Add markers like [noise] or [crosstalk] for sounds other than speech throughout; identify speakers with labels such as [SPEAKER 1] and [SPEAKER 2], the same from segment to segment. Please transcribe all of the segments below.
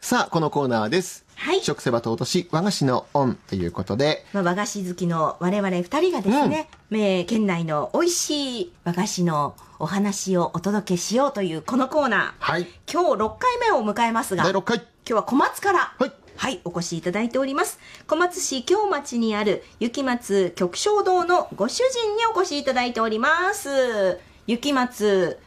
[SPEAKER 1] さあ、このコーナーです。
[SPEAKER 2] はい
[SPEAKER 1] 食せば尊し、和菓子のオンということで、
[SPEAKER 2] まあ、和菓子好きの我々二人がですね、えー県内の美味しい和菓子のお話をお届けしようというこのコーナー。
[SPEAKER 1] はい。
[SPEAKER 2] 今日6回目を迎えますが、
[SPEAKER 1] 第
[SPEAKER 2] 今
[SPEAKER 1] 6回。
[SPEAKER 2] 日は小松から、
[SPEAKER 1] はい
[SPEAKER 2] お越しいただいております。小松市京町にある雪松極小堂のご主人にお越しいただいております。雪松、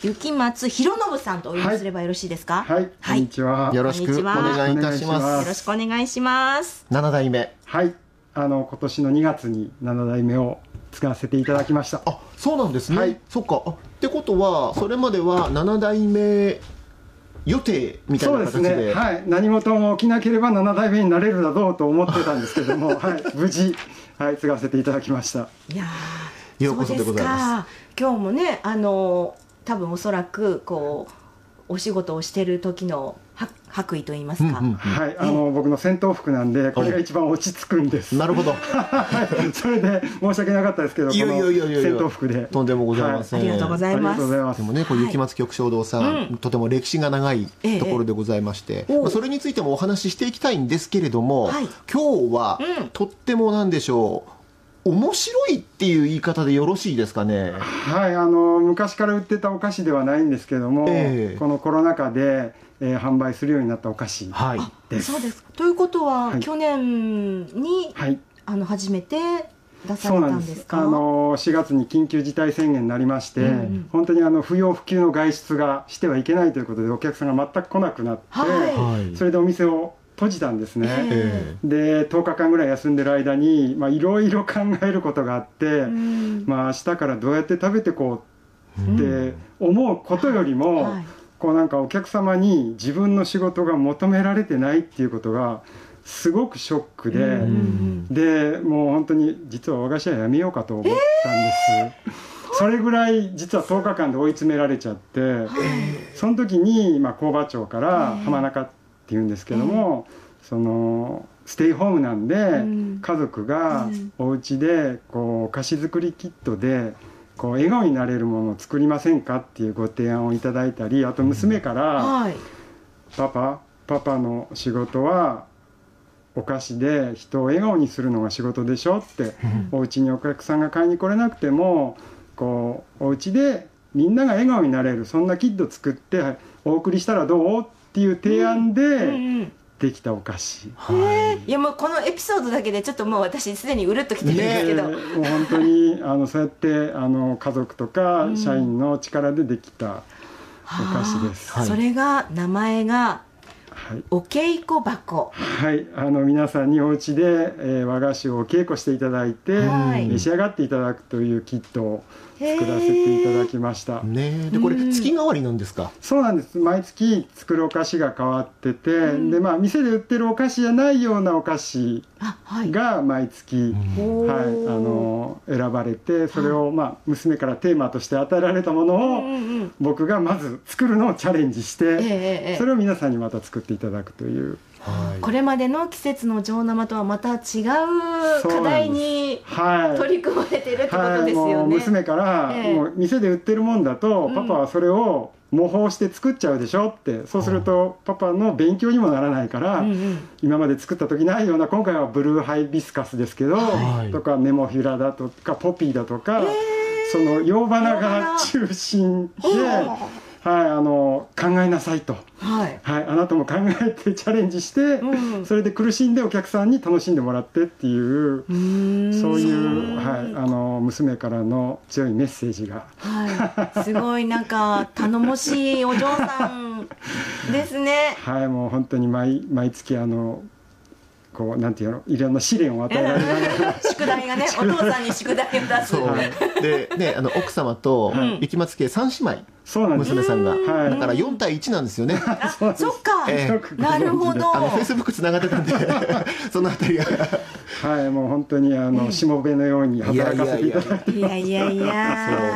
[SPEAKER 2] 雪松弘信さんとお呼びすればよろしいですか
[SPEAKER 3] はい、こんにちは。
[SPEAKER 1] よろし
[SPEAKER 2] こん
[SPEAKER 1] く
[SPEAKER 2] に
[SPEAKER 1] お
[SPEAKER 2] ちは
[SPEAKER 1] 願いいたし
[SPEAKER 3] お願
[SPEAKER 1] ま
[SPEAKER 3] い
[SPEAKER 2] よ
[SPEAKER 3] し
[SPEAKER 1] す。
[SPEAKER 2] ろしくお願いします。
[SPEAKER 1] 7代目。
[SPEAKER 3] はい、あの今年の2月に7代目を継がせていただきました。
[SPEAKER 1] あ、そうなんですね。
[SPEAKER 3] はい
[SPEAKER 1] そっか。あってことは、それまでは7代目予定みたい
[SPEAKER 3] そう
[SPEAKER 1] な
[SPEAKER 3] です
[SPEAKER 1] 形で。
[SPEAKER 3] ね。はい、何事も起きなければ7代目になれるだろうと思ってたんですけ
[SPEAKER 1] [laughs]
[SPEAKER 3] ども、はい、無事はい継がせていただきました。
[SPEAKER 2] いやー
[SPEAKER 1] ようこそでございます
[SPEAKER 2] か今日もねあのー多分おそらくこうお仕事をしてる時のは白衣といいますか、
[SPEAKER 1] うんうん
[SPEAKER 3] はい、あの僕の戦闘服なんでこれが一番落ち着くんです。
[SPEAKER 1] なるほど。
[SPEAKER 3] はい、 [laughs] それで申し訳なかったですけど、
[SPEAKER 1] [laughs]
[SPEAKER 3] こ
[SPEAKER 1] いや
[SPEAKER 3] の
[SPEAKER 1] いやいやいやいや
[SPEAKER 3] 戦闘服で。
[SPEAKER 1] とんでもございません
[SPEAKER 2] ありがとうござ
[SPEAKER 3] はいい、あり
[SPEAKER 2] ま
[SPEAKER 3] が
[SPEAKER 2] す
[SPEAKER 3] とうございま。
[SPEAKER 1] ですもね、こう雪松極小堂さん、とても歴史が長い
[SPEAKER 2] ええ
[SPEAKER 1] ところでございまして、
[SPEAKER 2] おう
[SPEAKER 1] まあそれについてもお話ししていきたいんですけれども、
[SPEAKER 2] はい
[SPEAKER 1] 今日は、
[SPEAKER 2] うん
[SPEAKER 1] とってもなんでしょう、面白いっていう言い方でよろしいですかね。
[SPEAKER 3] はい、あの昔から売ってたお菓子ではないんですけども、
[SPEAKER 1] ええ
[SPEAKER 3] このコロナ禍で、えー販売するようになったお菓子。
[SPEAKER 1] はい。
[SPEAKER 3] です
[SPEAKER 2] そうですということは、
[SPEAKER 3] はい
[SPEAKER 2] 去年に
[SPEAKER 3] はい、
[SPEAKER 2] あの初めて出さ
[SPEAKER 3] そ
[SPEAKER 2] れ
[SPEAKER 3] うな
[SPEAKER 2] た
[SPEAKER 3] ん
[SPEAKER 2] ん
[SPEAKER 3] で
[SPEAKER 2] ですす
[SPEAKER 3] あ
[SPEAKER 2] か
[SPEAKER 3] の4月に緊急事態宣言になりまして、
[SPEAKER 2] うんうん
[SPEAKER 3] 本当にあの不要不急の外出がしてはいけないということでお客さんが全く来なくなって、
[SPEAKER 2] は
[SPEAKER 1] はい
[SPEAKER 3] それでお店を閉じたんですね、
[SPEAKER 2] え
[SPEAKER 1] え
[SPEAKER 3] で10日間ぐらい休んでる間にまあいろいろ考えることがあって、
[SPEAKER 2] うん
[SPEAKER 3] まあ明日からどうやって食べてこ
[SPEAKER 1] え
[SPEAKER 3] うって思うことよりも、
[SPEAKER 2] はい
[SPEAKER 3] こうなんかお客様に自分の仕事が求められてないっていうことがすごくショックで。
[SPEAKER 2] うん
[SPEAKER 3] でもう本当に実は和菓子はやめようかと思ったんです、それぐらい実は10日間で追い詰められちゃって、その時に、まあ、工場長から
[SPEAKER 2] ええ
[SPEAKER 3] 浜中っていうんですけども、そのステイホームなんで、
[SPEAKER 2] ん
[SPEAKER 3] 家族が
[SPEAKER 2] うん
[SPEAKER 3] お家でこうお菓子作りキットでこう笑顔になれるものを作りませんかっていうご提案をいただいたりあと娘から、
[SPEAKER 2] はい
[SPEAKER 3] パパパパの仕事はお菓子で人を笑顔にするのが仕事でしょってお家にお客さんが買いに来れなくてもこうお家でみんなが笑顔になれるそんなキッド作ってお送りしたらどうっていう提案
[SPEAKER 2] うん
[SPEAKER 3] で
[SPEAKER 2] うん
[SPEAKER 3] できたお菓子、
[SPEAKER 2] いやもうこのエピソードだけでちょっともう私すでにうるっときてるんですけ
[SPEAKER 3] で
[SPEAKER 2] ど、
[SPEAKER 3] もう本当にあのそうやってあの家族とか社員の力でできたお菓子です、
[SPEAKER 1] はい
[SPEAKER 2] それが名前が
[SPEAKER 3] はい
[SPEAKER 2] お稽古箱
[SPEAKER 3] はい、あの皆さんにお家で、えー和菓子をお稽古していただいて、
[SPEAKER 2] はい
[SPEAKER 3] 召し上がっていただくというキットを
[SPEAKER 2] へー
[SPEAKER 3] 作らせていただきました、
[SPEAKER 1] ねえでこれ
[SPEAKER 2] うん
[SPEAKER 1] 月替わりなんですか
[SPEAKER 3] そうなんです毎月作るお菓子が変わってて、
[SPEAKER 2] ん
[SPEAKER 3] でまあ店で売ってるお菓子じゃないようなお菓子
[SPEAKER 2] あはい
[SPEAKER 3] が毎月、
[SPEAKER 2] おー
[SPEAKER 3] はい、あの選ばれてそれを、まあ、娘からテーマとして与えられたものを、
[SPEAKER 2] うんうんうん
[SPEAKER 3] 僕がまず作るのをチャレンジして、
[SPEAKER 2] ええええ
[SPEAKER 3] それを皆さんにまた作っていただくという
[SPEAKER 1] はい
[SPEAKER 2] これまでの季節の情生とはまた違う課題に
[SPEAKER 3] はい
[SPEAKER 2] 取り組まれてるってことです
[SPEAKER 3] も
[SPEAKER 2] よ
[SPEAKER 3] う
[SPEAKER 2] ね。
[SPEAKER 3] 娘から、
[SPEAKER 2] ええ
[SPEAKER 3] もう店で売ってるもんだと、
[SPEAKER 2] うん
[SPEAKER 3] パパはそれを模倣して作っちゃうでしょってそうすると、パパの勉強にもならないから、
[SPEAKER 2] うんうん
[SPEAKER 3] 今まで作った時ないような今回はブルーハイビスカスですけど、
[SPEAKER 1] はい
[SPEAKER 3] とかネモフィラだとかポピーだとか、その洋花が中心で、はい、あの考えなさいと。
[SPEAKER 2] はい。
[SPEAKER 3] はい、あなたも考えてチャレンジして、
[SPEAKER 2] うん
[SPEAKER 3] それで苦しんでお客さんに楽しんでもらってっていう
[SPEAKER 2] うーん
[SPEAKER 3] そういう、はい、あの娘からの強いメッセージが、
[SPEAKER 2] はい。すごいなんか頼もしいお嬢さんです
[SPEAKER 3] [laughs]
[SPEAKER 2] ね。
[SPEAKER 3] はい、もう本当に毎毎月あのこうなんていうのいろんな試練を与えられながら、
[SPEAKER 2] 宿題がね、お父さんに宿題を出す。
[SPEAKER 1] そうでねあの奥様と
[SPEAKER 2] うん
[SPEAKER 1] 雪松家3姉
[SPEAKER 3] [laughs] そうな
[SPEAKER 1] 妹
[SPEAKER 3] んです。
[SPEAKER 1] 娘さんが
[SPEAKER 3] はい
[SPEAKER 1] だから4対1なんですよね
[SPEAKER 2] あ、そっか。
[SPEAKER 1] ええ
[SPEAKER 3] よくご存知で
[SPEAKER 2] なるほど
[SPEAKER 1] あのフェイスブックつながってたんでそのあたりが
[SPEAKER 3] はい、もう本当にあのしもべのように働かせていただいて、
[SPEAKER 2] いやいやい
[SPEAKER 1] な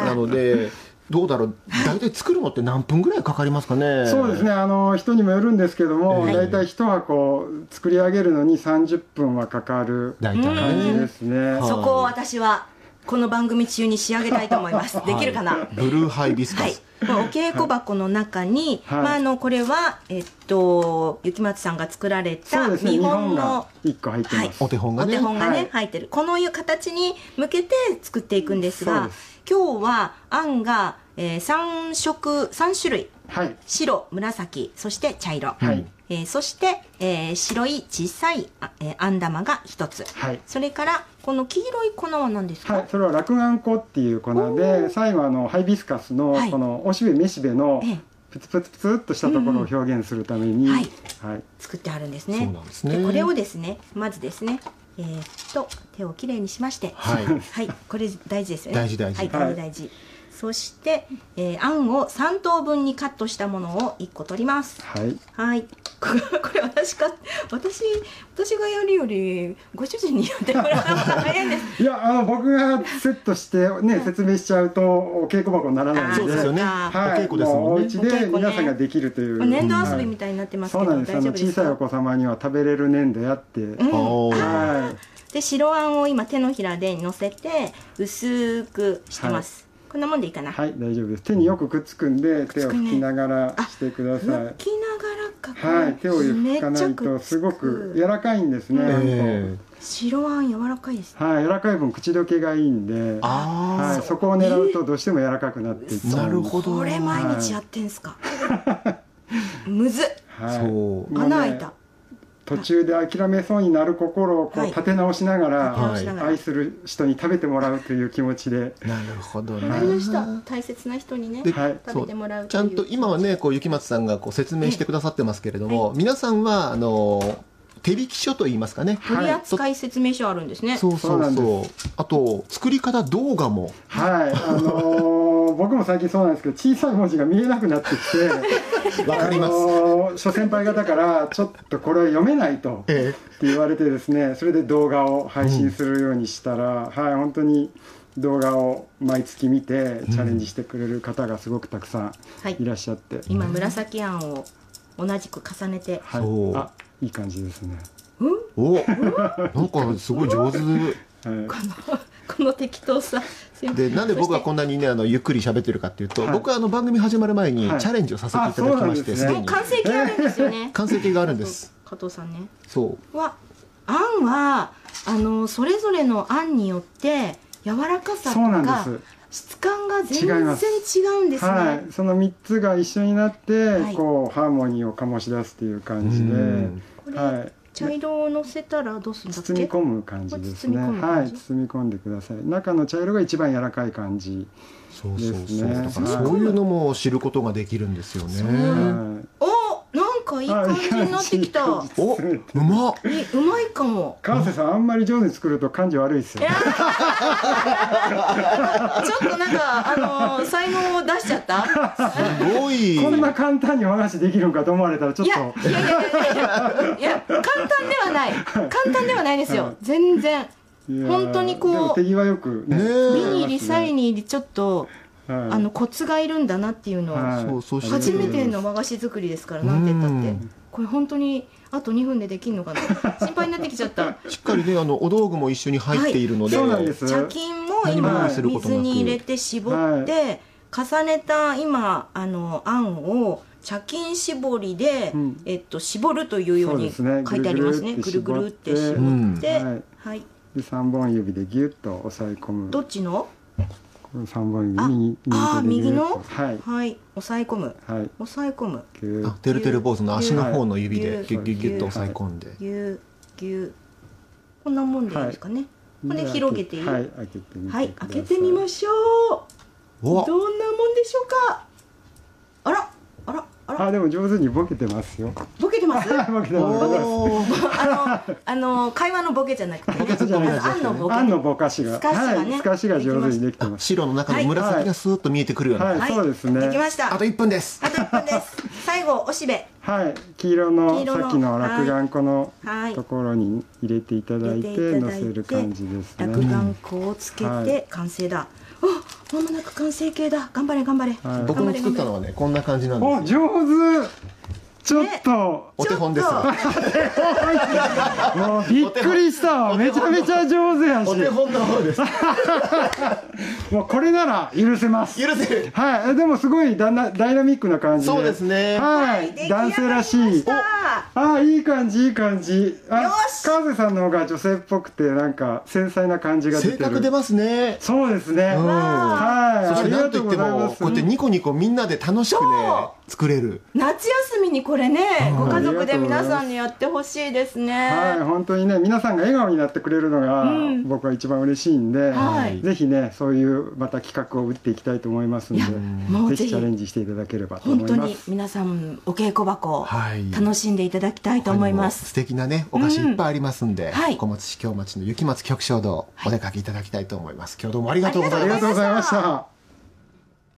[SPEAKER 2] や。
[SPEAKER 1] のでどうだろう大体作るのって何分ぐらいかかりますかね
[SPEAKER 3] [laughs] そうですね。あの人にもよるんですけども、
[SPEAKER 1] はい
[SPEAKER 3] 大体一箱作り上げるのに30分はかかる
[SPEAKER 1] 大体
[SPEAKER 3] 感じ
[SPEAKER 1] ね
[SPEAKER 3] ですね。
[SPEAKER 1] うん
[SPEAKER 2] そこを私はこの番組中に仕上げたいと思いますできるかな、
[SPEAKER 1] はいブルーハイビスカ
[SPEAKER 2] はい
[SPEAKER 1] ス、、
[SPEAKER 2] まあお稽古箱の中に、
[SPEAKER 3] はい
[SPEAKER 2] まあ、あのこれは、えっと、雪松さんが作られ
[SPEAKER 3] そう
[SPEAKER 2] た
[SPEAKER 3] ですね
[SPEAKER 2] 見
[SPEAKER 3] 日
[SPEAKER 2] 本
[SPEAKER 3] 本
[SPEAKER 2] の
[SPEAKER 3] が1個入ってます、
[SPEAKER 1] お手本
[SPEAKER 2] お
[SPEAKER 1] がね
[SPEAKER 2] 手本がね、
[SPEAKER 3] はい
[SPEAKER 2] 入ってるこのいう形に向けて作っていくんです
[SPEAKER 3] そう
[SPEAKER 2] が
[SPEAKER 3] で
[SPEAKER 2] 今日はあんが、え3色3種類
[SPEAKER 3] はい
[SPEAKER 2] 白紫そして茶色、
[SPEAKER 3] はい
[SPEAKER 2] えーそして、えー白い小さいあ、えー、あん玉が1つ
[SPEAKER 3] はい
[SPEAKER 2] それからこの黄色い粉は何ですか、
[SPEAKER 3] はい、それは落眼粉っていう粉で最後あのハイビスカスの
[SPEAKER 2] はい
[SPEAKER 3] このおしべめしべの
[SPEAKER 2] ええ
[SPEAKER 3] プツプツプツっとしたところを表現するために、
[SPEAKER 2] うんはい
[SPEAKER 3] はい
[SPEAKER 2] 作ってあるんですね
[SPEAKER 1] そうなんですね
[SPEAKER 2] これをですねまずですねえーっと手をきれいにしまして [laughs]
[SPEAKER 1] はい
[SPEAKER 2] これ大事ですよね
[SPEAKER 1] 大事大事
[SPEAKER 2] はい
[SPEAKER 3] は
[SPEAKER 2] 大
[SPEAKER 3] い
[SPEAKER 2] 事大事、そして、えー、あんを3等分にカットしたものを1個取ります
[SPEAKER 3] はい
[SPEAKER 2] はいこ [laughs] これ私か私私がやるよりご主人にやってもらった方が早
[SPEAKER 1] [laughs]
[SPEAKER 2] いです
[SPEAKER 3] いやあの僕がセットしてね説明しちゃうとお稽古箱にならないので
[SPEAKER 1] そうですよね、
[SPEAKER 2] あー
[SPEAKER 3] はい、
[SPEAKER 1] お稽古ですもん
[SPEAKER 3] うお
[SPEAKER 1] ね
[SPEAKER 3] 家
[SPEAKER 2] お稽
[SPEAKER 3] で
[SPEAKER 2] 古ね
[SPEAKER 3] 皆さんができるという、
[SPEAKER 2] 粘土遊びみたいになってます
[SPEAKER 3] そう
[SPEAKER 2] けど、
[SPEAKER 3] なんですあ
[SPEAKER 2] 大丈
[SPEAKER 3] の
[SPEAKER 2] 夫で
[SPEAKER 3] 小
[SPEAKER 2] す
[SPEAKER 3] さい
[SPEAKER 2] か
[SPEAKER 3] お子様には食べれる粘土やって、
[SPEAKER 2] うん
[SPEAKER 1] おー
[SPEAKER 3] は
[SPEAKER 2] で白あんを今手のひらで乗せて薄くしてます、こんなもんでいいか
[SPEAKER 3] い、
[SPEAKER 2] な、
[SPEAKER 3] はい、大丈夫です手によくくっつくんで手を拭きながらしてくだ
[SPEAKER 2] 抜き
[SPEAKER 3] さ、
[SPEAKER 2] ないがらか、
[SPEAKER 3] はい、手を拭かないとすごく柔らかいんですね、
[SPEAKER 1] ええ
[SPEAKER 2] 白あん柔らかいですね
[SPEAKER 3] はい、柔らかい分口どけがいいんで、
[SPEAKER 1] あ
[SPEAKER 3] は
[SPEAKER 1] あ、
[SPEAKER 3] い、そこを狙うとどうしても柔らかくなっていっちゃうんです
[SPEAKER 1] なるほど
[SPEAKER 2] これ毎日やってんす
[SPEAKER 3] [laughs]
[SPEAKER 2] か、むずっ
[SPEAKER 3] はい、
[SPEAKER 1] そう
[SPEAKER 3] もうね
[SPEAKER 2] 穴開いた、
[SPEAKER 3] 途中で諦めそうになる心をこう
[SPEAKER 2] はい
[SPEAKER 3] 立て直しながら、
[SPEAKER 1] 立て直
[SPEAKER 2] しながら
[SPEAKER 3] 愛する人に食べてもらうという気持ちで、
[SPEAKER 1] なるほど
[SPEAKER 2] わ
[SPEAKER 1] ね
[SPEAKER 2] かりました大切な人にね
[SPEAKER 1] で
[SPEAKER 3] はい、
[SPEAKER 2] 食べてもらう
[SPEAKER 1] ちゃんと今はねこう雪松さんがこう説明してくださってますけれども、皆さんはあの手引き書といいますかね、
[SPEAKER 2] 取扱説明書あるんですね、
[SPEAKER 1] そう
[SPEAKER 3] そう
[SPEAKER 1] そう
[SPEAKER 3] な
[SPEAKER 1] そ
[SPEAKER 3] ん
[SPEAKER 1] う
[SPEAKER 3] で
[SPEAKER 1] あと作り方動画も
[SPEAKER 3] はい、あのー僕も最近そうなんですけど小さい文字が見えなくなってきて、
[SPEAKER 1] わかります、
[SPEAKER 3] あのー諸先輩方からちょっとこれは読めないと。
[SPEAKER 1] え
[SPEAKER 3] って言われてですねそれで動画を配信するようにしたら、はい本当に動画を毎月見てチャレンジしてくれる方がすごくたくさ
[SPEAKER 2] はい
[SPEAKER 3] んいらっしゃって、
[SPEAKER 2] 今紫あんを同じく重ねて
[SPEAKER 3] は
[SPEAKER 1] そう
[SPEAKER 3] い、あいい感じですね、
[SPEAKER 2] うん
[SPEAKER 1] えおなんかすごい上手
[SPEAKER 3] は
[SPEAKER 2] この適当さすいませ
[SPEAKER 3] [laughs]
[SPEAKER 1] でなんで僕がこんなにねあのゆっくり喋ってるかっていうと、
[SPEAKER 3] はい
[SPEAKER 1] 僕はあの番組始まる前に
[SPEAKER 3] はい
[SPEAKER 1] チャレンジをさせていただきまして、
[SPEAKER 3] あ
[SPEAKER 1] す
[SPEAKER 3] そう
[SPEAKER 1] で
[SPEAKER 2] も
[SPEAKER 3] な
[SPEAKER 1] に
[SPEAKER 2] う完成形あるんですよ
[SPEAKER 1] [laughs]
[SPEAKER 2] ね
[SPEAKER 1] 完成形があるんです
[SPEAKER 2] 加藤さんね
[SPEAKER 1] そう
[SPEAKER 2] はあんはあのそれぞれのあんによって柔らか
[SPEAKER 3] い、
[SPEAKER 2] さと
[SPEAKER 3] そうなん
[SPEAKER 2] か
[SPEAKER 3] です
[SPEAKER 2] 質感が全
[SPEAKER 3] 違い
[SPEAKER 2] 然
[SPEAKER 3] ます
[SPEAKER 2] 違うんですね
[SPEAKER 3] はい、その3つが一緒になって、
[SPEAKER 2] はい
[SPEAKER 3] こうハーモニーを醸し出すっていう感じ
[SPEAKER 1] うん
[SPEAKER 2] これ
[SPEAKER 3] で、はい、
[SPEAKER 2] 茶色をのせたらどうするんだっけ
[SPEAKER 3] 包み込む感じですね
[SPEAKER 2] これ包み込む
[SPEAKER 3] は
[SPEAKER 2] 感
[SPEAKER 3] い
[SPEAKER 2] じ
[SPEAKER 3] 包み込んでください中の茶色が一番柔らかい感じ、
[SPEAKER 1] そうそうそう、
[SPEAKER 3] ですね
[SPEAKER 1] だからそういうのも知ることができるんですよね、
[SPEAKER 3] はい
[SPEAKER 2] おなんかいい感じになってきた
[SPEAKER 3] あいい感じ
[SPEAKER 1] おうまっ
[SPEAKER 2] えうまいかも
[SPEAKER 3] 川瀬さんあんまり上手に作ると感じ悪いですよ
[SPEAKER 2] ちょっとなんかあのー才能を出しちゃった
[SPEAKER 1] すごい
[SPEAKER 3] こんな簡単にお話できるんかと思われたら [laughs] ちょっ
[SPEAKER 2] い
[SPEAKER 3] と
[SPEAKER 2] やいやいやいやいやいや簡単ではない簡単ではないですよ、
[SPEAKER 3] はい
[SPEAKER 2] 全然
[SPEAKER 3] いや
[SPEAKER 2] 本当にこう
[SPEAKER 3] でも手際よくね
[SPEAKER 1] ねえ見
[SPEAKER 2] ミに入りサイ
[SPEAKER 3] に
[SPEAKER 2] に入りちょっとあ
[SPEAKER 3] あ
[SPEAKER 2] のコツがいるんだなっていうのを
[SPEAKER 1] そうそうして
[SPEAKER 2] 初めての和菓子作りですからなんて言ったってこれ本当にあと2分でできる
[SPEAKER 3] [laughs]
[SPEAKER 2] のかな心配になってきちゃった
[SPEAKER 1] しっかりねあのお道具も一緒に入っているので、
[SPEAKER 3] そうなんです
[SPEAKER 2] 茶巾も
[SPEAKER 1] 何も
[SPEAKER 2] 今
[SPEAKER 1] することな
[SPEAKER 2] 水
[SPEAKER 1] く
[SPEAKER 2] に入れて絞って重ねた今あのあんを茶巾絞りで
[SPEAKER 3] うん
[SPEAKER 2] えっと絞るというように書
[SPEAKER 3] そうですね
[SPEAKER 2] いてありますねぐ
[SPEAKER 3] ぐ
[SPEAKER 2] る
[SPEAKER 3] る
[SPEAKER 2] ぐ
[SPEAKER 3] ぐ
[SPEAKER 2] る
[SPEAKER 3] る
[SPEAKER 2] っ
[SPEAKER 3] ってて
[SPEAKER 2] 絞って
[SPEAKER 3] うん
[SPEAKER 2] はい
[SPEAKER 3] で3本指でギュッと押さえ込む
[SPEAKER 2] どっちの
[SPEAKER 3] この3本
[SPEAKER 2] あ
[SPEAKER 3] 指右
[SPEAKER 2] あー
[SPEAKER 3] 手でギュッと
[SPEAKER 2] 右の
[SPEAKER 3] はい
[SPEAKER 2] はい押さえ込む
[SPEAKER 3] はい
[SPEAKER 2] 押さえ込む
[SPEAKER 3] ギュッ
[SPEAKER 1] あてるてる坊主の足の方の指でギュ
[SPEAKER 3] ぎゅ
[SPEAKER 1] ッ
[SPEAKER 3] う
[SPEAKER 1] ギュッギュッと押さえ込んで、
[SPEAKER 2] ぎゅうぎゅうこんなもんでいいですかね、ほんで
[SPEAKER 3] 開
[SPEAKER 2] 広げていい
[SPEAKER 3] は
[SPEAKER 2] はい
[SPEAKER 3] い、開けてみてくだ
[SPEAKER 2] 開
[SPEAKER 3] さ
[SPEAKER 2] け
[SPEAKER 3] い
[SPEAKER 2] てみましょう
[SPEAKER 1] お
[SPEAKER 2] どんなもんでしょうかあらあらあら
[SPEAKER 3] あでも上手にボケてますよ
[SPEAKER 2] ボケてます
[SPEAKER 3] [laughs]
[SPEAKER 2] あ
[SPEAKER 3] ボケてます
[SPEAKER 1] おー
[SPEAKER 2] のあの会話のボケじゃなくて
[SPEAKER 1] ボケツッコミ
[SPEAKER 2] あのあんのボケ
[SPEAKER 3] あんのぼかしが
[SPEAKER 2] 透かしがね
[SPEAKER 3] はい、透かしが上手にできて
[SPEAKER 1] あ
[SPEAKER 3] ます
[SPEAKER 1] 白の中の紫がスーッと見えてくるような、
[SPEAKER 3] はいそうですね
[SPEAKER 2] できました
[SPEAKER 1] あ
[SPEAKER 2] あ
[SPEAKER 1] と
[SPEAKER 2] と
[SPEAKER 1] 1分です
[SPEAKER 2] 1分です最後おしべ
[SPEAKER 3] はい、黄色の
[SPEAKER 2] 黄色の
[SPEAKER 3] さっきの落眼粉の
[SPEAKER 2] はい
[SPEAKER 3] ところに入れていただい
[SPEAKER 2] 入れ
[SPEAKER 3] て
[SPEAKER 2] ていた
[SPEAKER 3] 乗
[SPEAKER 2] だいて
[SPEAKER 3] せる感じですね。
[SPEAKER 2] 落眼光をつけ
[SPEAKER 3] は
[SPEAKER 2] て
[SPEAKER 3] い
[SPEAKER 2] 完成だ、あまもなく完成形だ頑張れ頑張れ、
[SPEAKER 3] はい
[SPEAKER 2] 頑張れ
[SPEAKER 1] 僕の作ったのはねこんな感じなん
[SPEAKER 3] お
[SPEAKER 1] ですよ
[SPEAKER 3] 上手ちょっと、
[SPEAKER 1] お手本ですわ
[SPEAKER 3] もうびっくりした
[SPEAKER 1] お
[SPEAKER 3] わ
[SPEAKER 1] 手
[SPEAKER 3] め
[SPEAKER 1] 本
[SPEAKER 3] ちゃめちゃ上手や
[SPEAKER 1] お手
[SPEAKER 3] し
[SPEAKER 1] 本の方です
[SPEAKER 3] もうこれなら許せます
[SPEAKER 1] 許せる
[SPEAKER 3] はいえでもすごいダナダイナミックな感じで
[SPEAKER 1] そうですね
[SPEAKER 3] は
[SPEAKER 2] 出来
[SPEAKER 3] い
[SPEAKER 2] 上がりま
[SPEAKER 3] 男
[SPEAKER 2] し
[SPEAKER 3] 性らしい
[SPEAKER 2] たは
[SPEAKER 3] あいい感じいい感じあ
[SPEAKER 2] よし
[SPEAKER 3] 川瀬さんの方が女性っぽくてなんか繊細な感じが出て
[SPEAKER 1] 性
[SPEAKER 3] る
[SPEAKER 1] 格出ますね
[SPEAKER 3] そうですね
[SPEAKER 1] うん
[SPEAKER 2] わ
[SPEAKER 3] はい
[SPEAKER 1] そして
[SPEAKER 3] あり
[SPEAKER 1] な
[SPEAKER 3] が
[SPEAKER 1] んというっ
[SPEAKER 3] とご
[SPEAKER 1] て
[SPEAKER 3] ざい
[SPEAKER 1] も
[SPEAKER 3] ます
[SPEAKER 1] こうやってニコニコみんなで楽しくね
[SPEAKER 2] そ
[SPEAKER 1] 作れる
[SPEAKER 2] 夏休みにこれねご家族で皆
[SPEAKER 3] ありがとうございます
[SPEAKER 2] さんにやってほしいですね
[SPEAKER 3] はい、本当にね皆さんが笑顔になってくれるのが、
[SPEAKER 2] うん
[SPEAKER 3] 僕は一番嬉しいんで、
[SPEAKER 2] はい
[SPEAKER 3] ぜひねそういうまた企画を打っていきたいと思いますんで、
[SPEAKER 2] もう
[SPEAKER 3] ぜ
[SPEAKER 2] ぜ
[SPEAKER 3] ひ
[SPEAKER 2] ひ
[SPEAKER 3] チャレンジしていただければと思
[SPEAKER 2] 本当
[SPEAKER 3] いま
[SPEAKER 2] に
[SPEAKER 3] す。
[SPEAKER 2] 皆さんお稽古箱
[SPEAKER 1] はい
[SPEAKER 2] 楽しんでいただきたいと思いま
[SPEAKER 1] 素
[SPEAKER 2] す、
[SPEAKER 1] 敵なねお菓子
[SPEAKER 2] うん
[SPEAKER 1] いっぱいありますんで、
[SPEAKER 2] はい
[SPEAKER 1] 小松市京町の雪松局小堂お出かけいただきたいと思います、今日どうもありがとうござい
[SPEAKER 2] あり
[SPEAKER 1] ます
[SPEAKER 2] がとうございました
[SPEAKER 3] ありがとうございました。